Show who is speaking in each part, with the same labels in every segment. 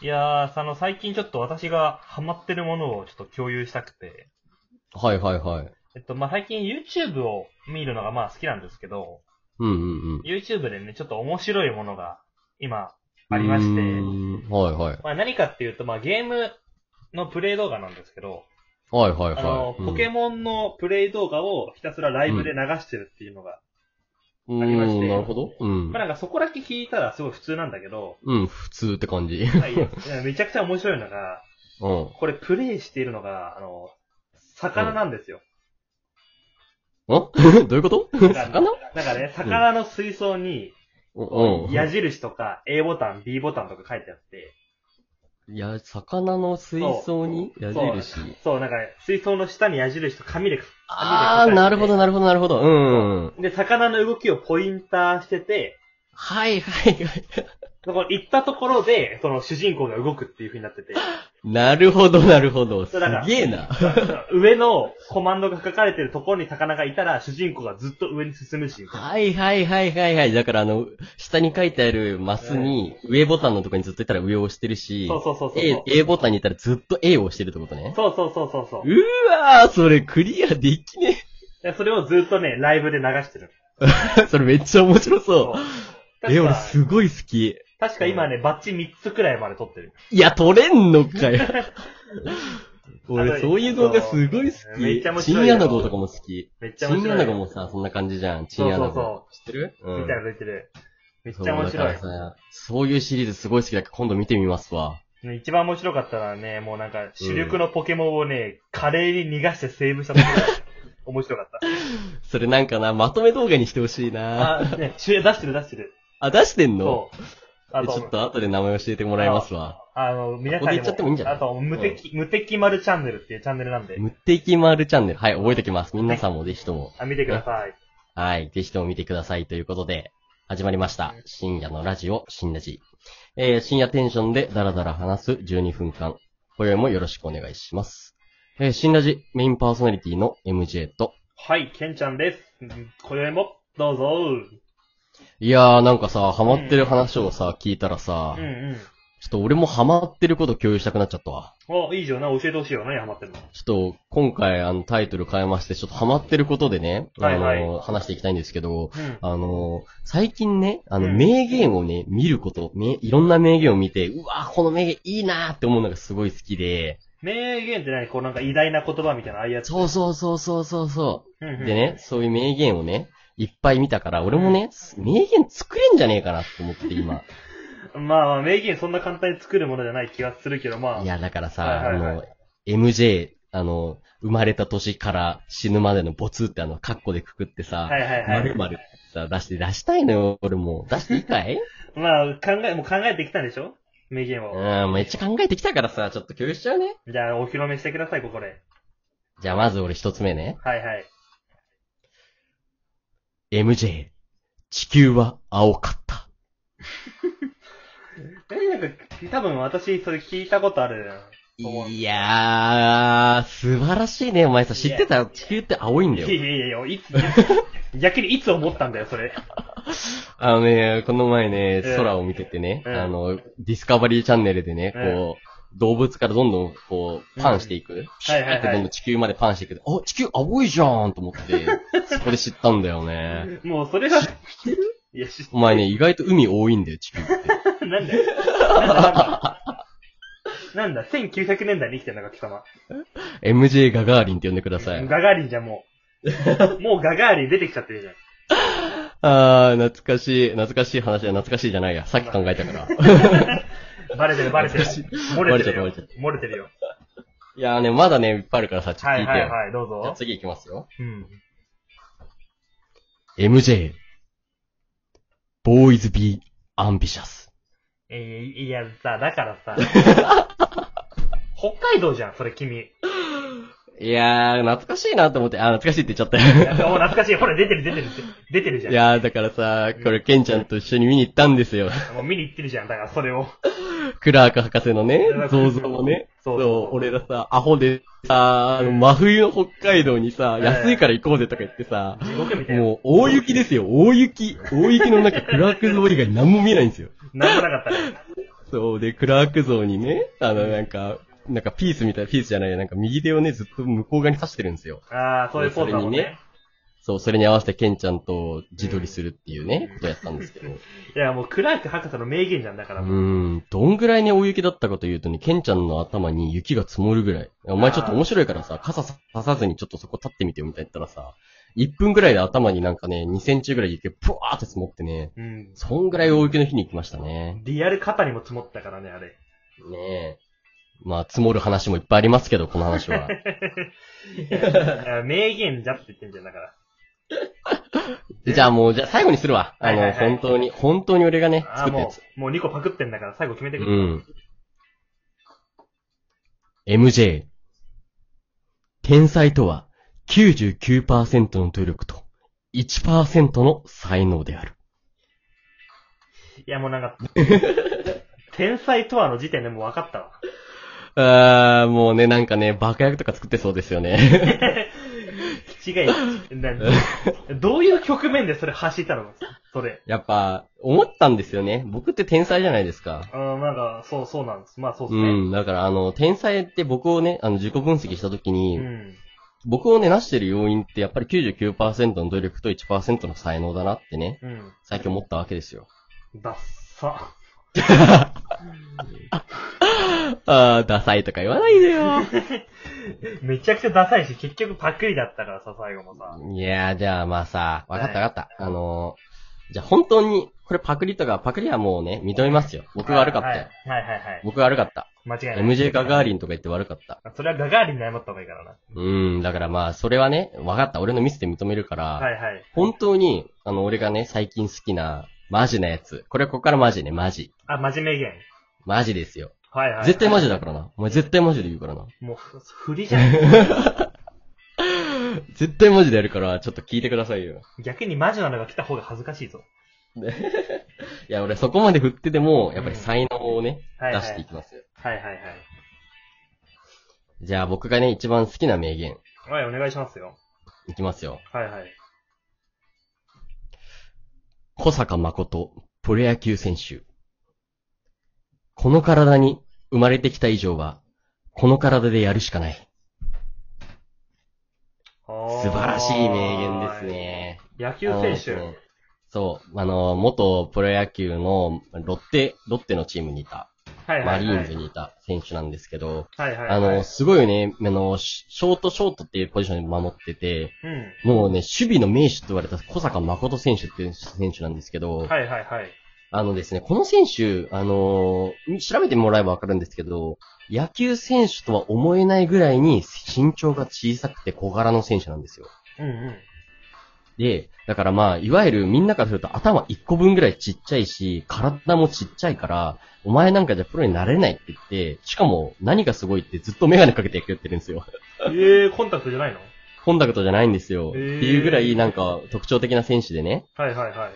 Speaker 1: いやー、あの、最近ちょっと私がハマってるものをちょっと共有したくて、
Speaker 2: はいはいはい。
Speaker 1: えっと、まあ、最近 YouTube を見るのがまあ好きなんですけど、
Speaker 2: うんうんうん。
Speaker 1: YouTube でね、ちょっと面白いものが今ありまし
Speaker 2: う
Speaker 1: て、
Speaker 2: ーんはいはい。
Speaker 1: まあ、何かっていうと、まあ、ゲームのプレイ動画なんですけど、
Speaker 2: はいはい
Speaker 1: あの
Speaker 2: は、い。
Speaker 1: ポケモンのプレイ動画をひたすらライブで流してるっていうのが、
Speaker 2: モ
Speaker 1: ありまして
Speaker 2: なるほど。うん
Speaker 1: まあ、。なんかそこだけ聞いたらすごい普通なんだけど、
Speaker 2: うん、普通って感じ。
Speaker 1: はい、いやめちゃくちゃ面白いのが、
Speaker 2: うん。
Speaker 1: これプレイしているのが、あの、魚なんですよ。
Speaker 2: んどういうこと
Speaker 1: なんか
Speaker 2: 魚
Speaker 1: なんかね、魚の水槽に、
Speaker 2: うん。
Speaker 1: 矢印とか A ボタン、B ボタンとか書いてあって、
Speaker 2: いや、魚の水槽に矢
Speaker 1: そう
Speaker 2: 印。
Speaker 1: そう、なんかね、水槽の下に矢印と紙で書
Speaker 2: あー、なるほどなるほどなるほど。うんうん。
Speaker 1: く。で、魚の動きをポインターしてて、
Speaker 2: はいはいはい。
Speaker 1: だから行ったところで、その主人公が動くっていう風になってて、
Speaker 2: なるほどなるほど。す
Speaker 1: そうだから
Speaker 2: げえな。
Speaker 1: 上のコマンドが書かれてるところに魚がいたら、主人公がずっと上に進むし、
Speaker 2: はいはいはいはいはい。だからあの、下に書いてあるマスに、上ボタンのとこにずっといたら上を押してるし、
Speaker 1: そうそうそうそう。
Speaker 2: A, A ボタンにいたらずっと A を押してるってことね。
Speaker 1: そうそうそうそうそう
Speaker 2: わー、それクリアできね
Speaker 1: うで。それをずっとね、ライブで流してる。
Speaker 2: え。それめっちゃ面白
Speaker 1: う
Speaker 2: そ。う。え、
Speaker 1: 確
Speaker 2: 俺
Speaker 1: か、
Speaker 2: すごい好き。
Speaker 1: 確か今ね、バッチ3つくらいまで撮ってる。
Speaker 2: いや、撮れんのか よ。
Speaker 1: あ
Speaker 2: 俺、
Speaker 1: と
Speaker 2: そういう動画すごい好き。
Speaker 1: めっちゃ面白い
Speaker 2: チン
Speaker 1: よ
Speaker 2: アナゴとかも好き。
Speaker 1: めっち
Speaker 2: チ
Speaker 1: ゃ
Speaker 2: ン
Speaker 1: 面
Speaker 2: ア
Speaker 1: 白い。
Speaker 2: ナゴもさ、そんな感じじゃん。チンアナゴ。
Speaker 1: そうそう
Speaker 2: 知ってるう
Speaker 1: 見
Speaker 2: ん
Speaker 1: た。ら出てる。めっちゃ面
Speaker 2: そう
Speaker 1: 白い
Speaker 2: だからさそういうシリーズすごい好きだから今度見てみますわ。
Speaker 1: ね。一番面白かったのはね、もうなんか、主力のポケモンをね、華麗に逃がしてセーブしたと ころが面白かった。
Speaker 2: それなんかな、まとめ動画にしてほしいな。
Speaker 1: あ、ね、主出してる出してる。
Speaker 2: あ、出してんの
Speaker 1: そう。
Speaker 2: えちょっと後で名前教えてもらいますわ。
Speaker 1: あの、皆さん
Speaker 2: ここで言っちゃってもいいんじゃない
Speaker 1: あと、無敵、無敵丸チャンネルっていうチャンネルなんで、
Speaker 2: 無敵丸チャンネル。はい、覚えておきます。皆さんもぜひとも。
Speaker 1: あ見てください。
Speaker 2: はい、ぜひとも見てくださいということで、始まりました。深夜のラジオ、深ラジ。えー、深夜テンションでダラダラ話す12分間。今宵もよろしくお願いします。えー、深ラジ、メインパーソナリティの MJ と、
Speaker 1: はい、ケンちゃんです。うん今宵も、どうぞ。
Speaker 2: いやーなんかさ、ハマってる話をさ、聞いたらさ、
Speaker 1: うんうん。
Speaker 2: ちょっと俺もハマってること共有したくなっちゃったわ。
Speaker 1: お、いいじゃんな、教えてほしいよ。何ハマってるの
Speaker 2: ちょっと、今回あのタイトル変えまして、ちょっとハマってることでね、
Speaker 1: はいはい
Speaker 2: あの話していきたいんですけ
Speaker 1: う
Speaker 2: ど、
Speaker 1: ん。
Speaker 2: あのー最近ね、あの、
Speaker 1: うん
Speaker 2: 名言をね、見ること、めいろんな名言を見て、うわーこの名言いいなーって思うのがすごい好きで、
Speaker 1: 名言って何こうなんか偉大な言葉みたいな、ああいうやつ。
Speaker 2: そうそうそうそうそうそ
Speaker 1: うんう
Speaker 2: う。
Speaker 1: ん
Speaker 2: でね、。そういう名言をね、いっぱい見たから、俺もね、名言作れんじゃねえかなって思って今。
Speaker 1: まあまあ、名言そんな簡単に作るものじゃない気がするけど、まあ。
Speaker 2: いや、だからさ、
Speaker 1: はい
Speaker 2: あ
Speaker 1: はいはい
Speaker 2: の、MJ、あの、生まれた年から死ぬまでのボツってあの、カッコでくくってさ、
Speaker 1: はいはいは
Speaker 2: 丸
Speaker 1: い。
Speaker 2: 々ってさ、出して、出したいのよ、俺も。出していいかい
Speaker 1: まあ、考え、もう考えてきたんでしょ名言を。
Speaker 2: うん、めっちゃ考えてきたからさ、ちょっと共有しちゃうね。
Speaker 1: じゃあ、お披露目してください、ここで。
Speaker 2: じゃあまず俺一つ目ね。
Speaker 1: はいはい。
Speaker 2: MJ、地球は青かった。
Speaker 1: え、なんか、多分私、それ聞いたことある。思う
Speaker 2: いやー、素晴らしいね、お前さ。知ってた地球って青いん
Speaker 1: い
Speaker 2: だ
Speaker 1: や
Speaker 2: よ。
Speaker 1: いやいや、いつ、逆にいつ思ったんだよ、それ。
Speaker 2: あのね、この前ね、
Speaker 1: うん
Speaker 2: 空を見ててね、
Speaker 1: うん
Speaker 2: あの、ディスカバリーチャンネルでね、こう、動物からどんどん、こう、パンしていく。
Speaker 1: はいはい
Speaker 2: ってどんどん地球までパンしていく。あ、地球青いじゃーんと思って、そこで知ったんだよ
Speaker 1: は
Speaker 2: ね。
Speaker 1: い。もう、それは、いや、知っ
Speaker 2: お前ね、意外と海多いんだよ、地球って。
Speaker 1: てなんだよ。なんだなんだ、なんだ、1900年代に生きてんだ、ガキ様。
Speaker 2: MJ ガガーリンって呼んでください。
Speaker 1: ガガーリンじゃんもう。もうガガーリン出てきちゃってるじゃん。
Speaker 2: あー、懐かしい、懐かしい話だ、懐かしいじゃないや。さっき考えたから。
Speaker 1: バレてる、バレてる。漏れてるよ
Speaker 2: バレちゃっ。
Speaker 1: 漏れてるよ。
Speaker 2: いやーね、まだね、いっぱいあるからさ、ちょっと
Speaker 1: は
Speaker 2: 聞
Speaker 1: い
Speaker 2: いてよ。
Speaker 1: はいはい、どう
Speaker 2: じゃ
Speaker 1: ぞ。
Speaker 2: あ次行きますよ。
Speaker 1: うん。
Speaker 2: MJ、ボーイズビー、アンビシャス。
Speaker 1: えーいや、さ、だから さ。北海道じゃん、それ君。
Speaker 2: いやー、懐かしいなと思って、あー、懐かしいって言っちゃっ
Speaker 1: お
Speaker 2: たよ。
Speaker 1: 懐かしい。ほら、出てる、出てる、出てるじゃん。
Speaker 2: いやー、だからさ、これ、ケンちゃんと一緒に見に行ったんですよ。
Speaker 1: もう見に行ってるじゃん、だからそれを。
Speaker 2: クラーク博士のね、像像をね。
Speaker 1: そそ
Speaker 2: そうう
Speaker 1: うそう
Speaker 2: 俺らさ、アホでさ、あの真冬の北海道にさ、
Speaker 1: うん
Speaker 2: 安いから行こうぜとか言ってさ、
Speaker 1: 地獄みたいな。
Speaker 2: もう、大雪 ですよ、大雪。大雪の中、クラーク通り以外何も見えないんですよ。
Speaker 1: なんもなかったね。
Speaker 2: そうで、クラーク像にね、あの、なんか、なんかピースみたいな、ピースじゃないや、なんか右手をね、ずっと向こう側に刺してるんですよ。
Speaker 1: ああ、そういうポーズだもん
Speaker 2: それにね
Speaker 1: ね。
Speaker 2: そう、それに合わせてケンちゃんと自撮りするっていうね、
Speaker 1: うん
Speaker 2: ことやったんですけど。う
Speaker 1: いや、もうクラーク博士の名言じゃんだから。
Speaker 2: ー、
Speaker 1: もうん
Speaker 2: どんぐらいね、大雪だったかというとね、ケンちゃんの頭に雪が積もるぐらい。お前ちょっと面白いからさ、傘さささずにちょっとそこ立ってみてよ、みたいな言ったらさ、1分ぐらいで頭になんかね、2センチぐらい雪がブワーって積もってね、
Speaker 1: うん。
Speaker 2: そんぐらい大雪の日に行きましたね。
Speaker 1: リアル肩にも積もったからね、あれ。
Speaker 2: ねえ。まあ、積もる話もいっぱいありますけど、この話 は。
Speaker 1: いや名言じゃって言ってんじゃんだから。
Speaker 2: じゃあもう、じゃあ最後にするわ。あの、
Speaker 1: はいはいはい
Speaker 2: 本当に、本当に俺がね、
Speaker 1: あ
Speaker 2: 作
Speaker 1: あ、
Speaker 2: ったや
Speaker 1: も
Speaker 2: つ。
Speaker 1: う、もう2個パクってんだから最後決めて
Speaker 2: う
Speaker 1: くる。
Speaker 2: ん。MJ。天才とは、99%の努力と、1%の才能である。
Speaker 1: いや、もうなん か、天才とはの時点でもう分かったわ。
Speaker 2: あー、もうね、なんかね、バカ役とか作ってそうですよ ね。
Speaker 1: 違い、な どういう局面でそれ走ったのそれ。
Speaker 2: やっぱ、思ったんですよね。僕って天才じゃないですか。
Speaker 1: あーなんか、そう、そうなんです。まあ、そうです
Speaker 2: う
Speaker 1: ね。
Speaker 2: ん、だからあの、天才って僕をね、あの、自己分析したとき
Speaker 1: う
Speaker 2: に、
Speaker 1: ん。
Speaker 2: 僕をね、なしてる要因って、やっぱり99%の努力と1%の才能だなってね、
Speaker 1: うん。
Speaker 2: 最近思ったわけですよ。
Speaker 1: ダッサ。
Speaker 2: あー、ダサいとか言わないでよ。
Speaker 1: めちゃくちゃダサいし、結局パクリだったからさ、最後もさ。
Speaker 2: いやー、じゃあまあさ、わかった
Speaker 1: はい
Speaker 2: わかった。あのー、じゃあ本当に、これパクリとか、パクリはもうね、認めますよ。僕が悪かったよ。
Speaker 1: はいはいはいはい。
Speaker 2: 僕が悪かった。
Speaker 1: 間違いない。
Speaker 2: MJ ガガーリ
Speaker 1: ン。
Speaker 2: ンとか言って悪かった。
Speaker 1: それはガガーリンに謝った方がいいからな。
Speaker 2: うん、だからまあ、それはね、わかった。俺のミスで認めるから、
Speaker 1: はいはい。
Speaker 2: 本当に、あの、俺がね、最近好きな、マジなやつ。これここからマジね、マジ。
Speaker 1: あ、真面目言。
Speaker 2: マジですよ。
Speaker 1: はいはいはい。
Speaker 2: 絶対マジだからな。お前絶対マジで言うからな。
Speaker 1: もう、ふ振りじゃん。
Speaker 2: 絶対マジでやるから、ちょっと聞いてくださいよ。
Speaker 1: 逆にマジなのが来た方が恥ずかしいぞ。
Speaker 2: いや、俺そこまで振ってでも、やっぱり才能をね、
Speaker 1: はいは
Speaker 2: 出
Speaker 1: い
Speaker 2: していきますよ。
Speaker 1: はいはい
Speaker 2: じゃあ僕がね、一番好きな名言、
Speaker 1: はい。はい、お願いしますよ。
Speaker 2: いきますよ。
Speaker 1: はいはい。
Speaker 2: 小坂誠、プロ野球選手。この体に生まれてきた以上は、この体でやるしかない。素
Speaker 1: 素
Speaker 2: 晴らしい名言です。ね。
Speaker 1: 野球選
Speaker 2: あの
Speaker 1: 手。
Speaker 2: ねそう、あの、元プロ野球のロッテ、ロッテのチームにいた、
Speaker 1: はいは
Speaker 2: マ
Speaker 1: い
Speaker 2: リ
Speaker 1: は
Speaker 2: ーンズ
Speaker 1: い。
Speaker 2: にいた選手なんですけど、
Speaker 1: はいはいはい。
Speaker 2: あの、すごいね、あの、シショートショートっていうポジションで守ってて、
Speaker 1: うん。
Speaker 2: もうね、守備の名手と言われた小坂誠選手っていう選手なんですけど、
Speaker 1: はいはいはい。
Speaker 2: あのですね、この選手、あのー調べてもらえばわかるんですけど、野球選手とは思えないぐらいに身長が小さくて小柄の選手なんですよ。
Speaker 1: うん うん。
Speaker 2: で、だからまあ、いわゆるみんなからすると頭1個分ぐらいちっちゃいし、体もちっちゃいから、お前なんかじゃプロになれないって言って、しかも何がすごいってずっとメガネかけてやってるんですよ。
Speaker 1: ええー、コンタクトじゃないの
Speaker 2: コンタクトじゃないんですよ。っ
Speaker 1: へ
Speaker 2: て
Speaker 1: ー
Speaker 2: いうぐらいなんか特徴的な選手でね。
Speaker 1: はいはいはい。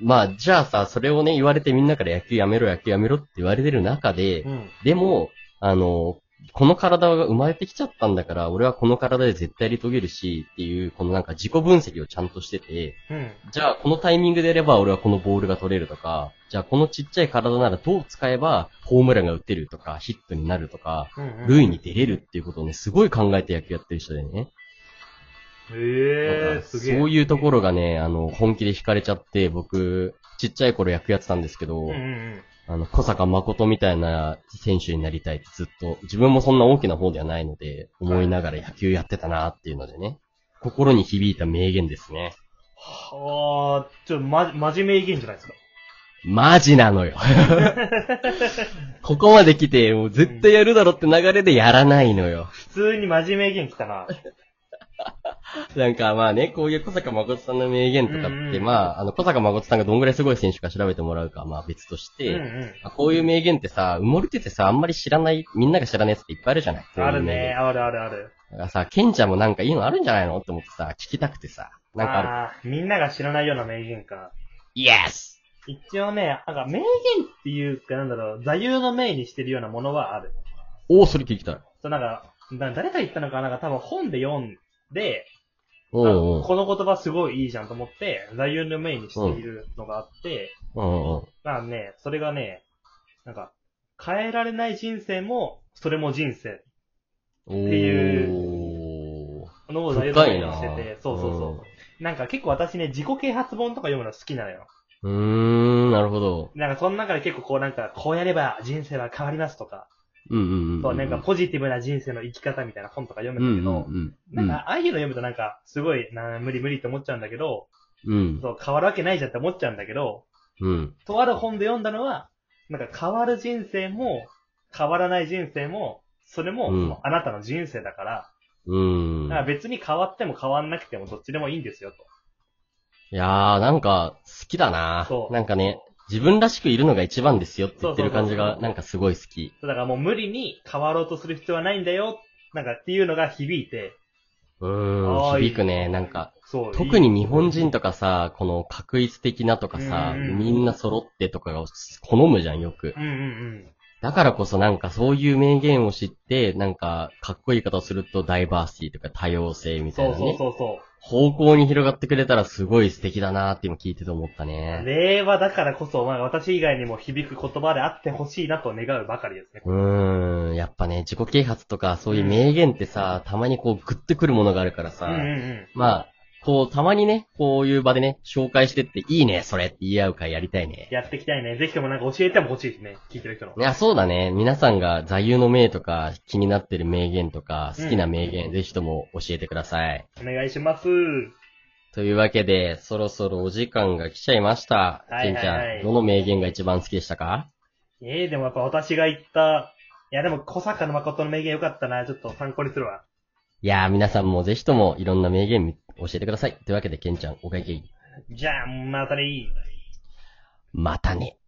Speaker 2: まあ、じゃあさ、それをね、言われてみんなから野球やめろ、野球やめろって言われてる中で
Speaker 1: う、ん。
Speaker 2: でも、あの、この体が生まれてきちゃったんだから、俺はこの体で絶対やり遂げるし、っていう、このなんか自己分析をちゃんとしてて、
Speaker 1: うん。
Speaker 2: じゃあこのタイミングでやれば俺はこのボールが取れるとか、じゃあこのちっちゃい体ならどう使えばホームランが打てるとか、ヒットになるとか、
Speaker 1: うん、うん。
Speaker 2: 塁に出れるっていうことをね、すごい考えて野球やってる人でね。
Speaker 1: ええー、
Speaker 2: そ
Speaker 1: すげえ。
Speaker 2: ういうところがね、あの、本気で惹かれちゃって、僕、ちっちゃい頃野球やってたんですけど、
Speaker 1: うんうんうん。
Speaker 2: あの、小坂誠みたいな選手になりたいってずっと、自分もそんな大きな方ではないので、思いながら野球やってたなっていうのでね、心に響いた名言ですね。
Speaker 1: はあ、ちょっと、ま、真面目意見じゃないですか。
Speaker 2: マジな のよ。ここまで来て、もう絶対やるだろって流れでやらないのよ。
Speaker 1: 普通に真面目意見来たな。
Speaker 2: なんかまあね、こういう小坂誠さんの名言とかって、
Speaker 1: うんうん
Speaker 2: まあ、あの、小坂誠さんがどんぐらいすごい選手か調べてもらうかはまあ別とし
Speaker 1: うん
Speaker 2: て、
Speaker 1: う
Speaker 2: まあこういう名言ってさ、埋もれててさ、あんまり知らない、みんなが知らないやつっていっぱいあるじゃない
Speaker 1: ん。あるね、。あるあるある。
Speaker 2: だからさ、ケンちゃんもなんかいいのあるんじゃないのって思ってさ、聞きたくてさ、なんかある。
Speaker 1: あーみんなが知らないような名言か。
Speaker 2: イエス
Speaker 1: 一応ね、なんか名言っていうか、なんだろう、座右の銘にしてるようなものはある。
Speaker 2: おー、それ聞きたい。
Speaker 1: そう、なんか、な誰か言ったのかななんか多分本で読んで、
Speaker 2: おうお
Speaker 1: あ
Speaker 2: う
Speaker 1: この言葉すごいいいじゃんと思って、座右の銘にしているのがあって、
Speaker 2: うんうん。
Speaker 1: まあね、それがね、なんか、変えられない人生も、それも人生
Speaker 2: お
Speaker 1: っていう
Speaker 2: う。
Speaker 1: のを大
Speaker 2: 深いな。
Speaker 1: してて、そうそうそう。なんか結構私ね、自己啓発本とか読むの好きなのよ。
Speaker 2: うん。うーん、なるほど。
Speaker 1: なんかその中で結構こうなんか、こうやれば人生は変わりますとか、
Speaker 2: うんうんうん。
Speaker 1: そう、なんかポジティブな人生の生き方みたいな本とか読む
Speaker 2: うん
Speaker 1: だ
Speaker 2: ん
Speaker 1: け
Speaker 2: う
Speaker 1: ど、
Speaker 2: んう
Speaker 1: なん
Speaker 2: ん。
Speaker 1: かああいうの読むとなんか、すごい、な無理無理って思っちゃうんだけど、
Speaker 2: うん。
Speaker 1: そう、変わるわけないじゃんって思っちゃうんだけど、
Speaker 2: うん。
Speaker 1: とある本で読んだのは、なんか変わる人生も、変わらない人生も、それ
Speaker 2: うん
Speaker 1: もあなたの人生だから、
Speaker 2: うん。
Speaker 1: だから別に変わっても変わんなくてもどっちでもいいんですよと。
Speaker 2: いやー、なんか、好きだな
Speaker 1: そう
Speaker 2: なんかね、自分らしくいるのが一番ですよって言ってる感じ
Speaker 1: そうそう
Speaker 2: が、
Speaker 1: そう
Speaker 2: なんかすごい好き。
Speaker 1: だからもう無理に変わろうとする必要はないんだよ、なんかっていうのが響いて、
Speaker 2: う
Speaker 1: あ
Speaker 2: ー
Speaker 1: ー
Speaker 2: ん、響くね。なんか、
Speaker 1: そう。
Speaker 2: 特に
Speaker 1: いい
Speaker 2: 日本人とかさ、この確率的なとかさ、
Speaker 1: うんうん
Speaker 2: みんな揃ってとかが好むじゃん、よく。
Speaker 1: うんうん
Speaker 2: だからこそなんかそういう名言を知って、なんか、かっこいい言い方をするとダイバーシティとか多様性
Speaker 1: うん。
Speaker 2: みた
Speaker 1: そう
Speaker 2: いな
Speaker 1: そう
Speaker 2: ね。
Speaker 1: そうそ
Speaker 2: 方向に広がってくれたらすごい素敵だなーって今聞いてて思った
Speaker 1: う。
Speaker 2: ね。
Speaker 1: 令和だからこそ、まあ私以外にも響く言葉であってほしいなと願うばかりですね。
Speaker 2: うーん、やっぱね、自己啓発とかそういう名言ってさ、たまにこうグッてくるものがあるから
Speaker 1: う
Speaker 2: さ、
Speaker 1: んうんうん。
Speaker 2: まあ、こうたまにね、こういう場でね、紹介してっていいね、それって言い合う会やりたいね。
Speaker 1: やっていきたいね。ぜひともなんか教えても欲しいですね。聞いてる人の
Speaker 2: い。や、そうだね。皆さんが座右の銘とか気になってる名言とか好きな名言、ぜひとも教えてください。
Speaker 1: お願いします。
Speaker 2: というわけで、そろそろお時間が来ちゃいました。
Speaker 1: はいはいはい
Speaker 2: ちんちゃん、どの名言が一番好きでしたか
Speaker 1: ええでもやっぱ私が言った、いやでも小坂の誠の名言よかったな。ちょっと参考にするわ。
Speaker 2: いやー、皆さんもぜひともいろんな名言教えてください。というわけで、けんちゃん、お会計、
Speaker 1: じゃあ、またね
Speaker 2: またね。